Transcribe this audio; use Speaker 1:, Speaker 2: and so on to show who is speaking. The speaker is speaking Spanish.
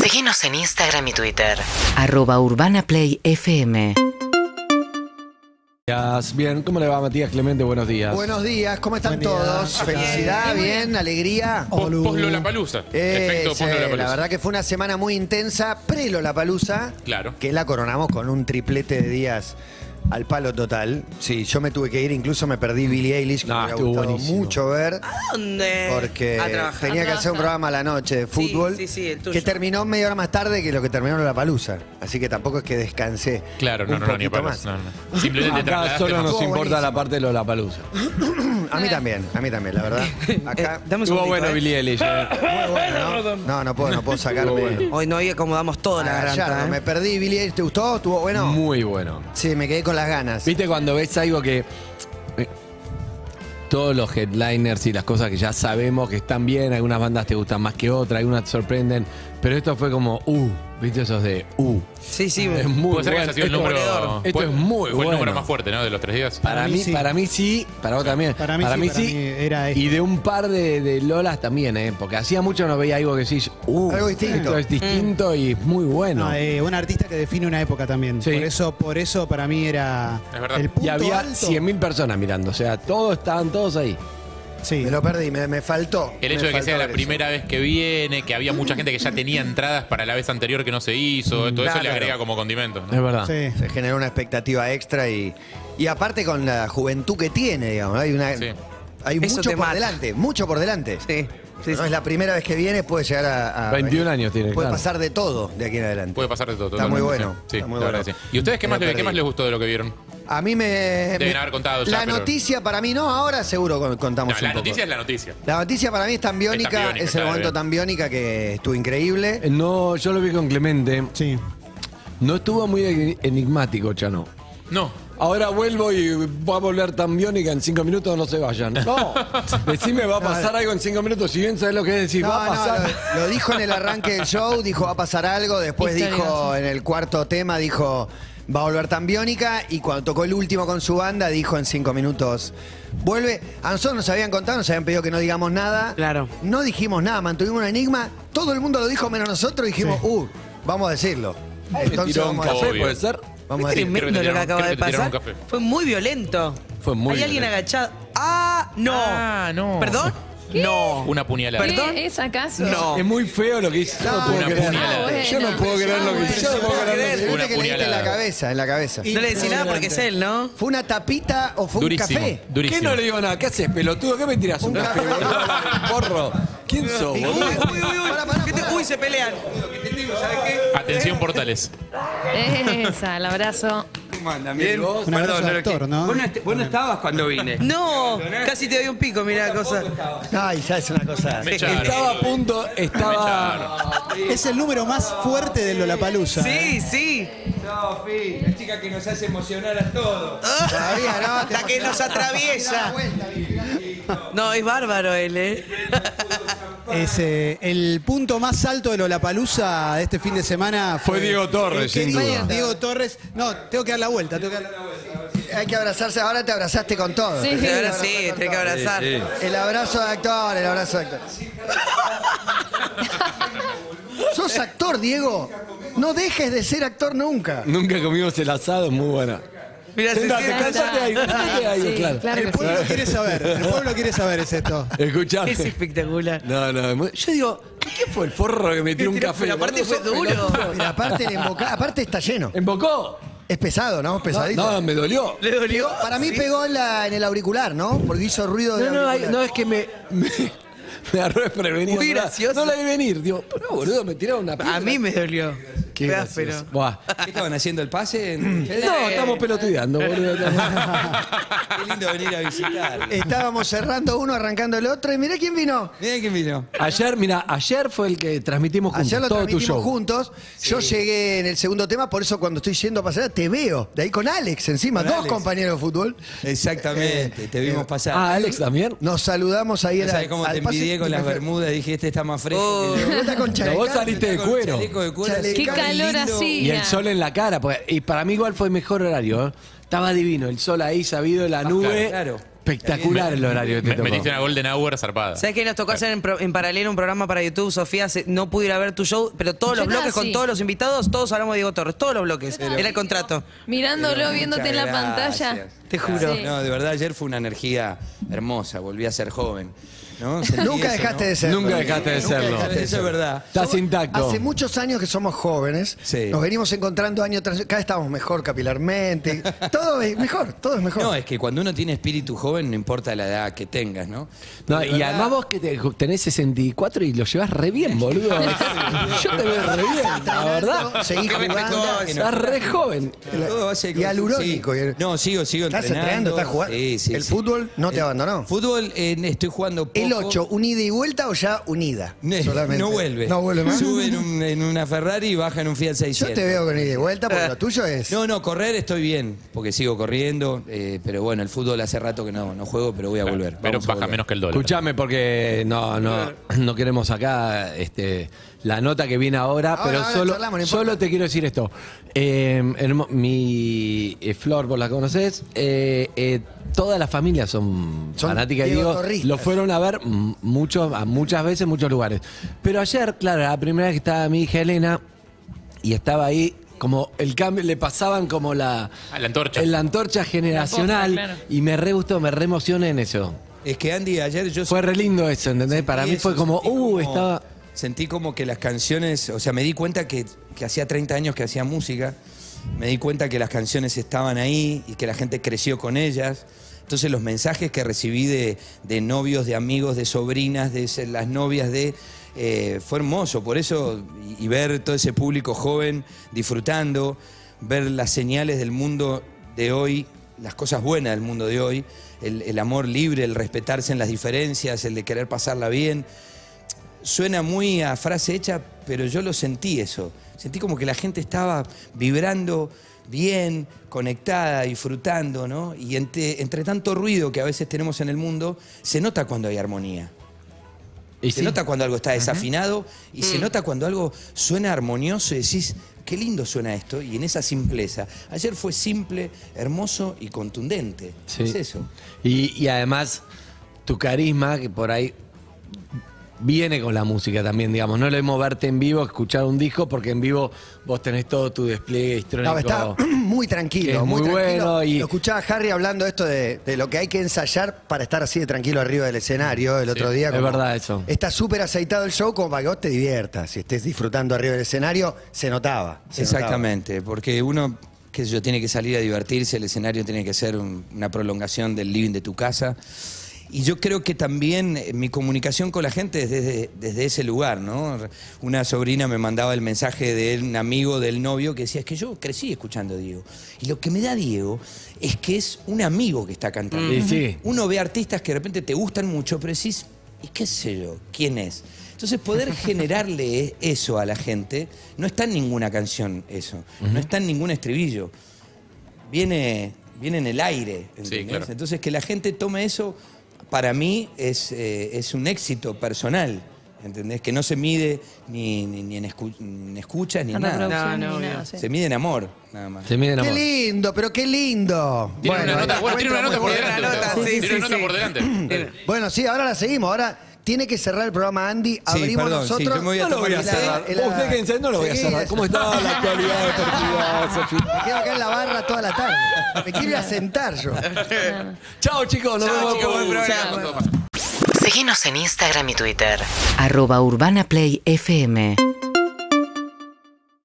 Speaker 1: Seguinos en Instagram y Twitter.
Speaker 2: Arroba Urbana Play FM.
Speaker 3: Días. Bien, ¿cómo le va Matías Clemente? Buenos días.
Speaker 4: Buenos días, ¿cómo están
Speaker 5: Buen día.
Speaker 4: todos? Felicidad, bien, alegría.
Speaker 5: Olu.
Speaker 6: Post Palusa.
Speaker 4: Eh,
Speaker 6: Efecto
Speaker 4: sí,
Speaker 6: post
Speaker 4: la verdad que fue una semana muy intensa, pre Lollapalooza,
Speaker 6: Claro.
Speaker 4: que la coronamos con un triplete de días al palo total. Sí, yo me tuve que ir, incluso me perdí Billie Eilish, que
Speaker 3: No,
Speaker 4: me hubiera
Speaker 3: estuvo
Speaker 4: gustado
Speaker 3: buenísimo.
Speaker 4: mucho ver,
Speaker 7: ¿Dónde?
Speaker 4: porque
Speaker 7: A trabajar.
Speaker 4: tenía que hacer un programa a la noche de fútbol,
Speaker 7: sí, sí, el tuyo.
Speaker 4: que terminó media hora más tarde que lo que terminó Lollapalooza. Así que tampoco es que descansé
Speaker 6: Claro, no,
Speaker 4: un
Speaker 6: no, no, ni a
Speaker 4: poquito más.
Speaker 6: palos, no, no. Simplemente te
Speaker 3: Acá
Speaker 6: trasladaste
Speaker 3: solo
Speaker 6: más.
Speaker 3: nos
Speaker 4: Estuvo
Speaker 3: importa la
Speaker 4: buenísimo.
Speaker 3: parte de los Palusa.
Speaker 4: A mí también, a mí también, la verdad. Acá...
Speaker 7: Eh, Dame un
Speaker 3: Estuvo
Speaker 7: segundito,
Speaker 3: bueno
Speaker 7: eh.
Speaker 3: Billy Eilish. eh.
Speaker 4: Muy bueno, ¿no? no, no puedo, no puedo sacarme.
Speaker 3: Estuvo bueno.
Speaker 7: Hoy no, hoy acomodamos toda la
Speaker 4: Ah, ya,
Speaker 7: garganta.
Speaker 4: no,
Speaker 7: ¿eh?
Speaker 4: Me perdí, Billy. Eilish. ¿Te gustó? ¿Estuvo bueno?
Speaker 3: Muy bueno.
Speaker 4: Sí, me quedé con las ganas.
Speaker 3: ¿Viste cuando ves algo que eh, todos los headliners y las cosas que ya sabemos que están bien, algunas bandas te gustan más que otras, algunas te sorprenden, pero esto fue como uh, ¿viste esos de uh?
Speaker 7: Sí, sí.
Speaker 3: Es muy
Speaker 6: Puede ser que
Speaker 3: bueno.
Speaker 6: haya sido el
Speaker 3: Esto-
Speaker 6: número.
Speaker 3: esto
Speaker 6: fue-
Speaker 3: es muy
Speaker 6: Fue el
Speaker 3: bueno.
Speaker 6: número más fuerte, ¿no? De los tres días.
Speaker 3: Para, mí,
Speaker 5: sí.
Speaker 3: para mí sí, para vos también.
Speaker 5: Para mí sí, para mí era
Speaker 3: y
Speaker 5: esto.
Speaker 3: de un par de, de Lolas también, ¿eh? Porque hacía mucho no veía algo que decís, uh,
Speaker 4: Algo distinto.
Speaker 3: esto es distinto y es muy bueno.
Speaker 5: No, eh, un artista que define una época también.
Speaker 3: Sí.
Speaker 5: Por eso, por eso para mí era
Speaker 6: Es verdad.
Speaker 5: el punto
Speaker 3: y había
Speaker 5: alto.
Speaker 3: 100.000 personas mirando, o sea, todos estaban todos ahí.
Speaker 5: Sí.
Speaker 4: Me lo perdí, me, me faltó.
Speaker 6: El hecho
Speaker 4: Me
Speaker 6: de que
Speaker 4: faltó
Speaker 6: sea la
Speaker 4: ver eso.
Speaker 6: primera vez que viene, que había mucha gente que ya tenía entradas para la vez anterior que no se hizo, todo eso le
Speaker 4: Mm, claro.
Speaker 6: agrega como condimento. ¿no?
Speaker 3: Es verdad.
Speaker 5: Sí.
Speaker 4: Se generó una expectativa extra y, y aparte con la juventud que tiene, digamos. Hay, una,
Speaker 6: Sí.
Speaker 4: hay
Speaker 7: Eso
Speaker 4: mucho
Speaker 7: te
Speaker 4: por
Speaker 7: mata.
Speaker 4: delante, mucho por delante.
Speaker 7: Sí, sí,
Speaker 4: no
Speaker 7: sí.
Speaker 4: es la primera vez que viene, puede llegar a. a
Speaker 3: 21 años tiene,
Speaker 4: Puede
Speaker 3: claro.
Speaker 4: pasar de todo de aquí en adelante.
Speaker 6: Puede pasar de todo.
Speaker 4: Está muy
Speaker 6: totalmente,
Speaker 4: bueno,
Speaker 6: Sí,
Speaker 4: está muy
Speaker 6: la verdad
Speaker 4: bueno.
Speaker 6: que sí. ¿Y ustedes qué más,
Speaker 4: Me lo
Speaker 6: le-
Speaker 4: perdí.
Speaker 6: qué más les gustó de lo que vieron?
Speaker 4: A mí me.
Speaker 6: Deben
Speaker 4: me-
Speaker 6: haber contado ya,
Speaker 4: La
Speaker 6: pero-
Speaker 4: noticia para mí no, ahora seguro con-
Speaker 6: No,
Speaker 4: contamos un
Speaker 6: la
Speaker 4: poco.
Speaker 6: noticia es la noticia.
Speaker 4: La noticia para mí es tan biónica, es,
Speaker 6: tan biónica,
Speaker 4: el
Speaker 6: claro,
Speaker 4: momento
Speaker 6: bien.
Speaker 4: tan biónica que estuvo increíble.
Speaker 3: Eh, No, yo lo vi con Clemente.
Speaker 5: Sí.
Speaker 3: No estuvo muy e- enigmático, Chano.
Speaker 6: No.
Speaker 3: Ahora vuelvo y va a volver tan biónica en cinco minutos, no se vayan. No, decime, va a pasar algo en cinco minutos, si bien sabes lo que es decir,
Speaker 4: No,
Speaker 3: va a
Speaker 4: no,
Speaker 3: pasar.
Speaker 4: lo, lo dijo en el arranque del show, dijo va a pasar algo, después dijo en el cuarto tema, dijo va a volver tan biónica y cuando tocó el último con su banda dijo en cinco minutos vuelve. A nosotros nos habían contado, nos habían pedido que no digamos nada.
Speaker 7: Claro.
Speaker 4: No dijimos nada, mantuvimos un enigma, todo el mundo lo dijo menos nosotros, dijimos, uh, vamos a decirlo. Entonces
Speaker 3: tiró un
Speaker 4: vamos a,
Speaker 3: café,
Speaker 6: Obvio.
Speaker 3: puede ser.
Speaker 4: vamos
Speaker 7: Fue
Speaker 4: a decirlo.
Speaker 6: creo que
Speaker 7: tremendo
Speaker 6: te
Speaker 7: lo que
Speaker 6: tiraron-
Speaker 7: acaba
Speaker 6: creo
Speaker 7: de
Speaker 6: que te tiraron
Speaker 7: pasar.
Speaker 6: un café.
Speaker 7: Fue muy violento.
Speaker 3: Fue muy
Speaker 7: Hay alguien
Speaker 3: violento.
Speaker 7: agachado. ¡Ah, no!
Speaker 6: Ah, no.
Speaker 7: ¿Perdón? No.
Speaker 6: Una puñalada.
Speaker 7: Perdón.
Speaker 8: ¿Qué? ¿Es acaso?
Speaker 7: No.
Speaker 3: Es muy feo lo que hizo. Yo no,
Speaker 4: No,
Speaker 3: puedo
Speaker 6: una
Speaker 3: creer.
Speaker 6: puñalada.
Speaker 3: Yo no puedo creer lo que hizo. Yo no puedo creer.
Speaker 4: Se
Speaker 6: Una
Speaker 4: nota que le diste en la
Speaker 6: puñalada.
Speaker 4: cabeza, en la cabeza.
Speaker 7: No le decís nada porque es él, ¿no?
Speaker 4: ¿Fue una tapita o fue
Speaker 6: Durísimo.
Speaker 4: un café?
Speaker 3: ¿Qué
Speaker 6: Durísimo.
Speaker 3: no le digo nada? ¿Qué haces, pelotudo? ¿Qué me tirás?
Speaker 4: Un
Speaker 3: ¿Un café,
Speaker 4: café.
Speaker 3: boludo? porro? ¿Quién sos,
Speaker 7: Uy,
Speaker 3: boludo?
Speaker 7: uy, uy, uy.
Speaker 4: Pará, pará,
Speaker 7: ¿Qué te-
Speaker 4: pará.
Speaker 7: uy, se pelean.
Speaker 6: Atención, Portales.
Speaker 8: Esa, el abrazo.
Speaker 9: Bien,
Speaker 5: Un abrazo de actor, ¿no?
Speaker 9: Vos, no est- vos no estabas cuando vine.
Speaker 7: No, casi te doy un pico, mirá la cosa.
Speaker 4: Ay, ya es una cosa.
Speaker 6: Me echaron.
Speaker 3: Estaba a punto,
Speaker 6: Me
Speaker 3: estaba...
Speaker 6: echaron.
Speaker 5: Es el número más fuerte de Lollapalooza.
Speaker 7: Sí,
Speaker 5: ¿eh?
Speaker 7: sí.
Speaker 9: No, Fi, la chica que nos hace emocionar a todos.
Speaker 4: Todavía no,
Speaker 7: La
Speaker 4: tenemos
Speaker 7: que nos atraviesa. No, es bárbaro él, ¿eh?
Speaker 5: Es eh, el punto más alto de Lollapalooza de este fin de semana.
Speaker 3: Fue Diego Torres,
Speaker 5: el
Speaker 3: sin
Speaker 5: querido
Speaker 3: duda.
Speaker 5: Diego Torres. No, tengo que dar la vuelta. Tengo que dar la vuelta.
Speaker 4: Hay que abrazarse, ahora te abrazaste con todo.
Speaker 8: Sí.
Speaker 7: Y ahora sí, tenés que abrazar.
Speaker 9: Sí,
Speaker 4: El abrazo de actor, el abrazo de actor. ¿Sos actor, Diego? No dejes de ser actor nunca.
Speaker 3: Nunca comimos el asado, muy buena.
Speaker 7: Mirá, se
Speaker 3: Sentate,
Speaker 7: sienta.
Speaker 3: sentate ahí, sentate ahí,
Speaker 8: Sí,
Speaker 3: claro.
Speaker 8: claro
Speaker 5: El
Speaker 8: que sí.
Speaker 5: pueblo quiere saber. El pueblo quiere saber es esto.
Speaker 3: Escuchame.
Speaker 7: Es espectacular.
Speaker 3: No, no, es muy- yo digo, ¿qué fue el forro que metió un
Speaker 7: Pero
Speaker 3: café?
Speaker 7: aparte
Speaker 3: Boludo,
Speaker 7: fue
Speaker 3: sos
Speaker 7: duro.
Speaker 3: pelotudo.
Speaker 4: Pero aparte, el emboca- aparte está lleno.
Speaker 3: ¿Embocó?
Speaker 4: Es pesado, ¿no? Pesadito.
Speaker 3: No, no, me dolió.
Speaker 7: ¿Le dolió?
Speaker 4: Para mí pegó en, la- en el auricular, ¿no? Porque hizo ruido de
Speaker 3: No, no,
Speaker 4: auricular.
Speaker 3: ay, no, es que me, me, me agarró desprevenido.
Speaker 7: Muy
Speaker 3: no la-
Speaker 7: gracioso.
Speaker 3: No la vi venir. Digo, pero boludo, me tiraron una piedra.
Speaker 7: A mí me dolió.
Speaker 3: Qué
Speaker 7: Fue
Speaker 3: gracioso.
Speaker 7: áspero.
Speaker 3: Buah.
Speaker 9: ¿Qué estaban haciendo el pase? En- Qué
Speaker 3: No, estamos pelotudeando, boludo.
Speaker 9: lindo venir a visitar.
Speaker 4: Estábamos cerrando uno, arrancando el otro y mirá quién vino.
Speaker 9: Miren quién vino.
Speaker 3: Ayer, mira, ayer fue el que transmitimos juntos.
Speaker 4: Ayer lo
Speaker 3: todo tu show.
Speaker 4: transmitimos juntos. Yo llegué en el segundo tema, por eso cuando estoy yendo a pasar te veo. De ahí con Alex encima,
Speaker 9: Con
Speaker 4: dos
Speaker 9: Alex.
Speaker 4: compañeros de fútbol.
Speaker 9: Exactamente, te
Speaker 7: Eh,
Speaker 9: vimos pasar.
Speaker 3: Ah, Alex también.
Speaker 4: Nos saludamos ahí.
Speaker 9: no
Speaker 4: en
Speaker 9: sabes cómo te envidié con las bermudas. Dije, este está más fresco.
Speaker 7: Oh.
Speaker 9: que yo.
Speaker 4: Vos con
Speaker 3: No, vos saliste de
Speaker 9: Está con
Speaker 3: cuero.
Speaker 9: chaleco de cuero,
Speaker 4: Chale-
Speaker 9: así,
Speaker 8: Qué calor
Speaker 9: lindo.
Speaker 8: así.
Speaker 3: Y el sol en la cara. pues, y para mí igual fue el mejor horario. ¿eh? Estaba divino, el sol ahí sabido, la nube.
Speaker 9: claro, claro.
Speaker 3: espectacular el horario que te
Speaker 6: Me-
Speaker 3: tocó.
Speaker 6: Metiste una Golden Hour zarpada.
Speaker 7: ¿Sabes qué? Nos tocó hacer en, pro- en paralelo un programa para YouTube, Sofía. se- no pude ir a ver tu show, pero todos los
Speaker 8: Yo estaba
Speaker 7: bloques con
Speaker 8: así.
Speaker 7: todos los invitados, todos hablamos de Diego Torres, todos los bloques. Era el contrato.
Speaker 8: Mirándolo,
Speaker 9: Pero
Speaker 8: viéndote en la
Speaker 9: muchas
Speaker 8: pantalla.
Speaker 9: gracias.
Speaker 7: Te juro.
Speaker 8: Sí.
Speaker 9: No, de verdad, ayer fue una energía hermosa, volví a ser joven. ¿no? Sentí
Speaker 4: Nunca
Speaker 9: eso,
Speaker 4: dejaste
Speaker 9: ¿no?
Speaker 4: de ser.
Speaker 3: Nunca dejaste de
Speaker 9: Nunca
Speaker 3: serlo.
Speaker 9: dejaste de- Eso es verdad.
Speaker 3: Estás intacto.
Speaker 4: Hace muchos años que somos jóvenes,
Speaker 9: Sí.
Speaker 4: nos venimos encontrando año tras año, cada vez estamos mejor capilarmente, todo es mejor, todo es mejor.
Speaker 9: No, es que cuando uno tiene espíritu joven, no importa la edad que tengas, ¿no?
Speaker 3: No,
Speaker 9: De
Speaker 3: y
Speaker 9: verdad,
Speaker 3: además vos que te- tenés 64 y lo llevas re bien, boludo. Yo te veo re bien, la verdad.
Speaker 4: Seguí
Speaker 9: Qué
Speaker 4: jugando.
Speaker 9: respetuoso.
Speaker 3: Estás re joven.
Speaker 9: todo va a ser-
Speaker 4: Y al urónico,
Speaker 9: Sí.
Speaker 4: y el-
Speaker 9: No, sigo, sigo
Speaker 4: Estás entrenando,
Speaker 9: entrenando.
Speaker 4: estás jugando.
Speaker 9: Sí, sí,
Speaker 4: el
Speaker 9: sí.
Speaker 4: fútbol no te
Speaker 9: El
Speaker 4: abandonó.
Speaker 9: Fútbol eh, estoy jugando poco.
Speaker 4: El 8, ¿unida y vuelta o ya unida?
Speaker 9: Ne-
Speaker 4: Solamente.
Speaker 9: No vuelve.
Speaker 4: No vuelve más.
Speaker 9: Sube en, un- en una Ferrari y baja en un Fiat
Speaker 4: Yo
Speaker 9: 600.
Speaker 4: te veo con ida y vuelta porque lo tuyo es.
Speaker 9: No, no, correr estoy bien, porque sigo corriendo, eh, pero bueno, el fútbol hace rato que no, no juego, pero voy a volver.
Speaker 6: Pero
Speaker 9: vamos a
Speaker 6: baja
Speaker 9: volver.
Speaker 6: menos que el dólar.
Speaker 3: Escuchame, porque no, no, no queremos acá este, la nota que viene ahora,
Speaker 4: Ahora,
Speaker 3: pero
Speaker 4: ahora
Speaker 3: solo,
Speaker 4: charlamos, no importa.
Speaker 3: solo te quiero decir esto. Eh, hermo- mi eh, Flor, vos la conoces, eh, eh, toda la familia son,
Speaker 4: Son
Speaker 3: fanáticas y
Speaker 4: Diego
Speaker 3: digo,
Speaker 4: Torristas.
Speaker 3: lo fueron a ver mm, muchos, a muchas veces, en muchos lugares. Pero ayer, claro, la primera vez que estaba mi hija Elena y estaba ahí. Como el cambio, le pasaban como la.
Speaker 6: Ah, la antorcha.
Speaker 3: La antorcha generacional.
Speaker 8: claro.
Speaker 3: Y me re gustó, me re emocioné en eso.
Speaker 9: Es que Andy, ayer yo
Speaker 3: Fue re lindo eso, ¿entendés?
Speaker 9: sentí
Speaker 3: Para mí
Speaker 9: eso,
Speaker 3: fue como,
Speaker 9: sentí
Speaker 3: uh, estaba.
Speaker 9: Sentí como que las canciones, o sea, me di cuenta que, que hacía 30 años que hacía música, me di cuenta que las canciones estaban ahí y que la gente creció con ellas. Entonces los mensajes que recibí de, de novios, de amigos, de sobrinas, de se- las novias de... eh, fue hermoso, por eso, y, y ver todo ese público joven disfrutando, ver las señales del mundo de hoy, las cosas buenas del mundo de hoy, el- el amor libre, el respetarse en las diferencias, el de querer pasarla bien, suena muy a frase hecha, pero yo lo sentí eso. Sentí como que la gente estaba vibrando bien, conectada, disfrutando, ¿no? Y entre, entre tanto ruido que a veces tenemos en el mundo, se nota cuando hay armonía.
Speaker 3: Y
Speaker 9: se
Speaker 3: sí,
Speaker 9: nota cuando algo está desafinado y se nota cuando algo suena armonioso y decís, qué lindo suena esto, y en esa simpleza. Ayer fue simple, hermoso y contundente.
Speaker 3: sí.
Speaker 9: Es eso.
Speaker 3: Y, y además, tu carisma, que por ahí viene con la música también, digamos. No lo hemos verte en vivo, escuchar un disco, porque en vivo vos tenés todo tu despliegue histrónico.
Speaker 4: No, está muy
Speaker 3: que es
Speaker 4: tranquilo,
Speaker 3: muy
Speaker 4: muy, tranquilo.
Speaker 3: bueno y-
Speaker 4: Lo escuchaba Harry hablando esto de, de lo que hay que ensayar para estar así de tranquilo arriba del escenario el otro día.
Speaker 3: es verdad eso.
Speaker 4: Está súper aceitado el show como para que vos te diviertas. Si estés disfrutando arriba del escenario, se notaba. se notaba.
Speaker 9: Exactamente, porque uno, qué sé yo, tiene que salir a divertirse, el escenario tiene que ser un- una prolongación del living de tu casa. Y yo creo que también eh, mi comunicación con la gente es desde, desde ese lugar, ¿no? Una sobrina me mandaba el mensaje de un amigo del novio que decía, es que yo crecí escuchando a Diego. Y lo que me da Diego es que es un amigo que está cantando.
Speaker 3: Y sí.
Speaker 9: Uno ve artistas que de repente te gustan mucho, pero decís, ¿y qué sé yo? ¿Quién es? Entonces, poder generarle e- eso a la gente, no está en ninguna canción eso, no está en ningún estribillo. Viene, viene en el aire, ¿entendés?
Speaker 6: claro.
Speaker 9: Entonces, que la gente tome eso, para mí es, eh, es un éxito personal, ¿entendés? Que no se mide ni, ni- ni en, escu- ni en escuchas ni en nada.
Speaker 8: Reproducción
Speaker 7: No, no,
Speaker 8: ni nada,
Speaker 7: obvio.
Speaker 8: sí.
Speaker 9: Se mide en amor, nada más.
Speaker 3: Se miden
Speaker 4: Qué
Speaker 3: amor.
Speaker 4: lindo, pero qué lindo.
Speaker 6: Tiene una nota, bueno, tiene una nota por
Speaker 7: tiene
Speaker 6: delante.
Speaker 7: una nota,
Speaker 6: usted.
Speaker 7: sí,
Speaker 6: tiene
Speaker 7: sí,
Speaker 6: una nota
Speaker 7: sí.
Speaker 6: por delante.
Speaker 4: Bueno, sí, ahora la seguimos. Ahora tiene que cerrar el programa Andy. Abrimos
Speaker 9: perdón, sí,
Speaker 4: nosotros.
Speaker 9: yo me voy a
Speaker 3: No lo voy a
Speaker 9: Y la-
Speaker 3: cerrar.
Speaker 4: la-
Speaker 3: Usted quédense, no lo voy a
Speaker 4: Sí,
Speaker 3: cerrar.
Speaker 4: es-
Speaker 3: ¿Cómo está la actualidad deportiva, Sofía?
Speaker 4: Me quedo acá en la barra toda la tarde. Me quiero ir a sentar yo.
Speaker 3: Chao, chicos. Nos
Speaker 7: Chao,
Speaker 3: vemos.
Speaker 7: chicos, buen programa.
Speaker 6: Con todo pasa.
Speaker 1: Síguenos en Instagram y Twitter.
Speaker 2: arroba urbanaplayfm.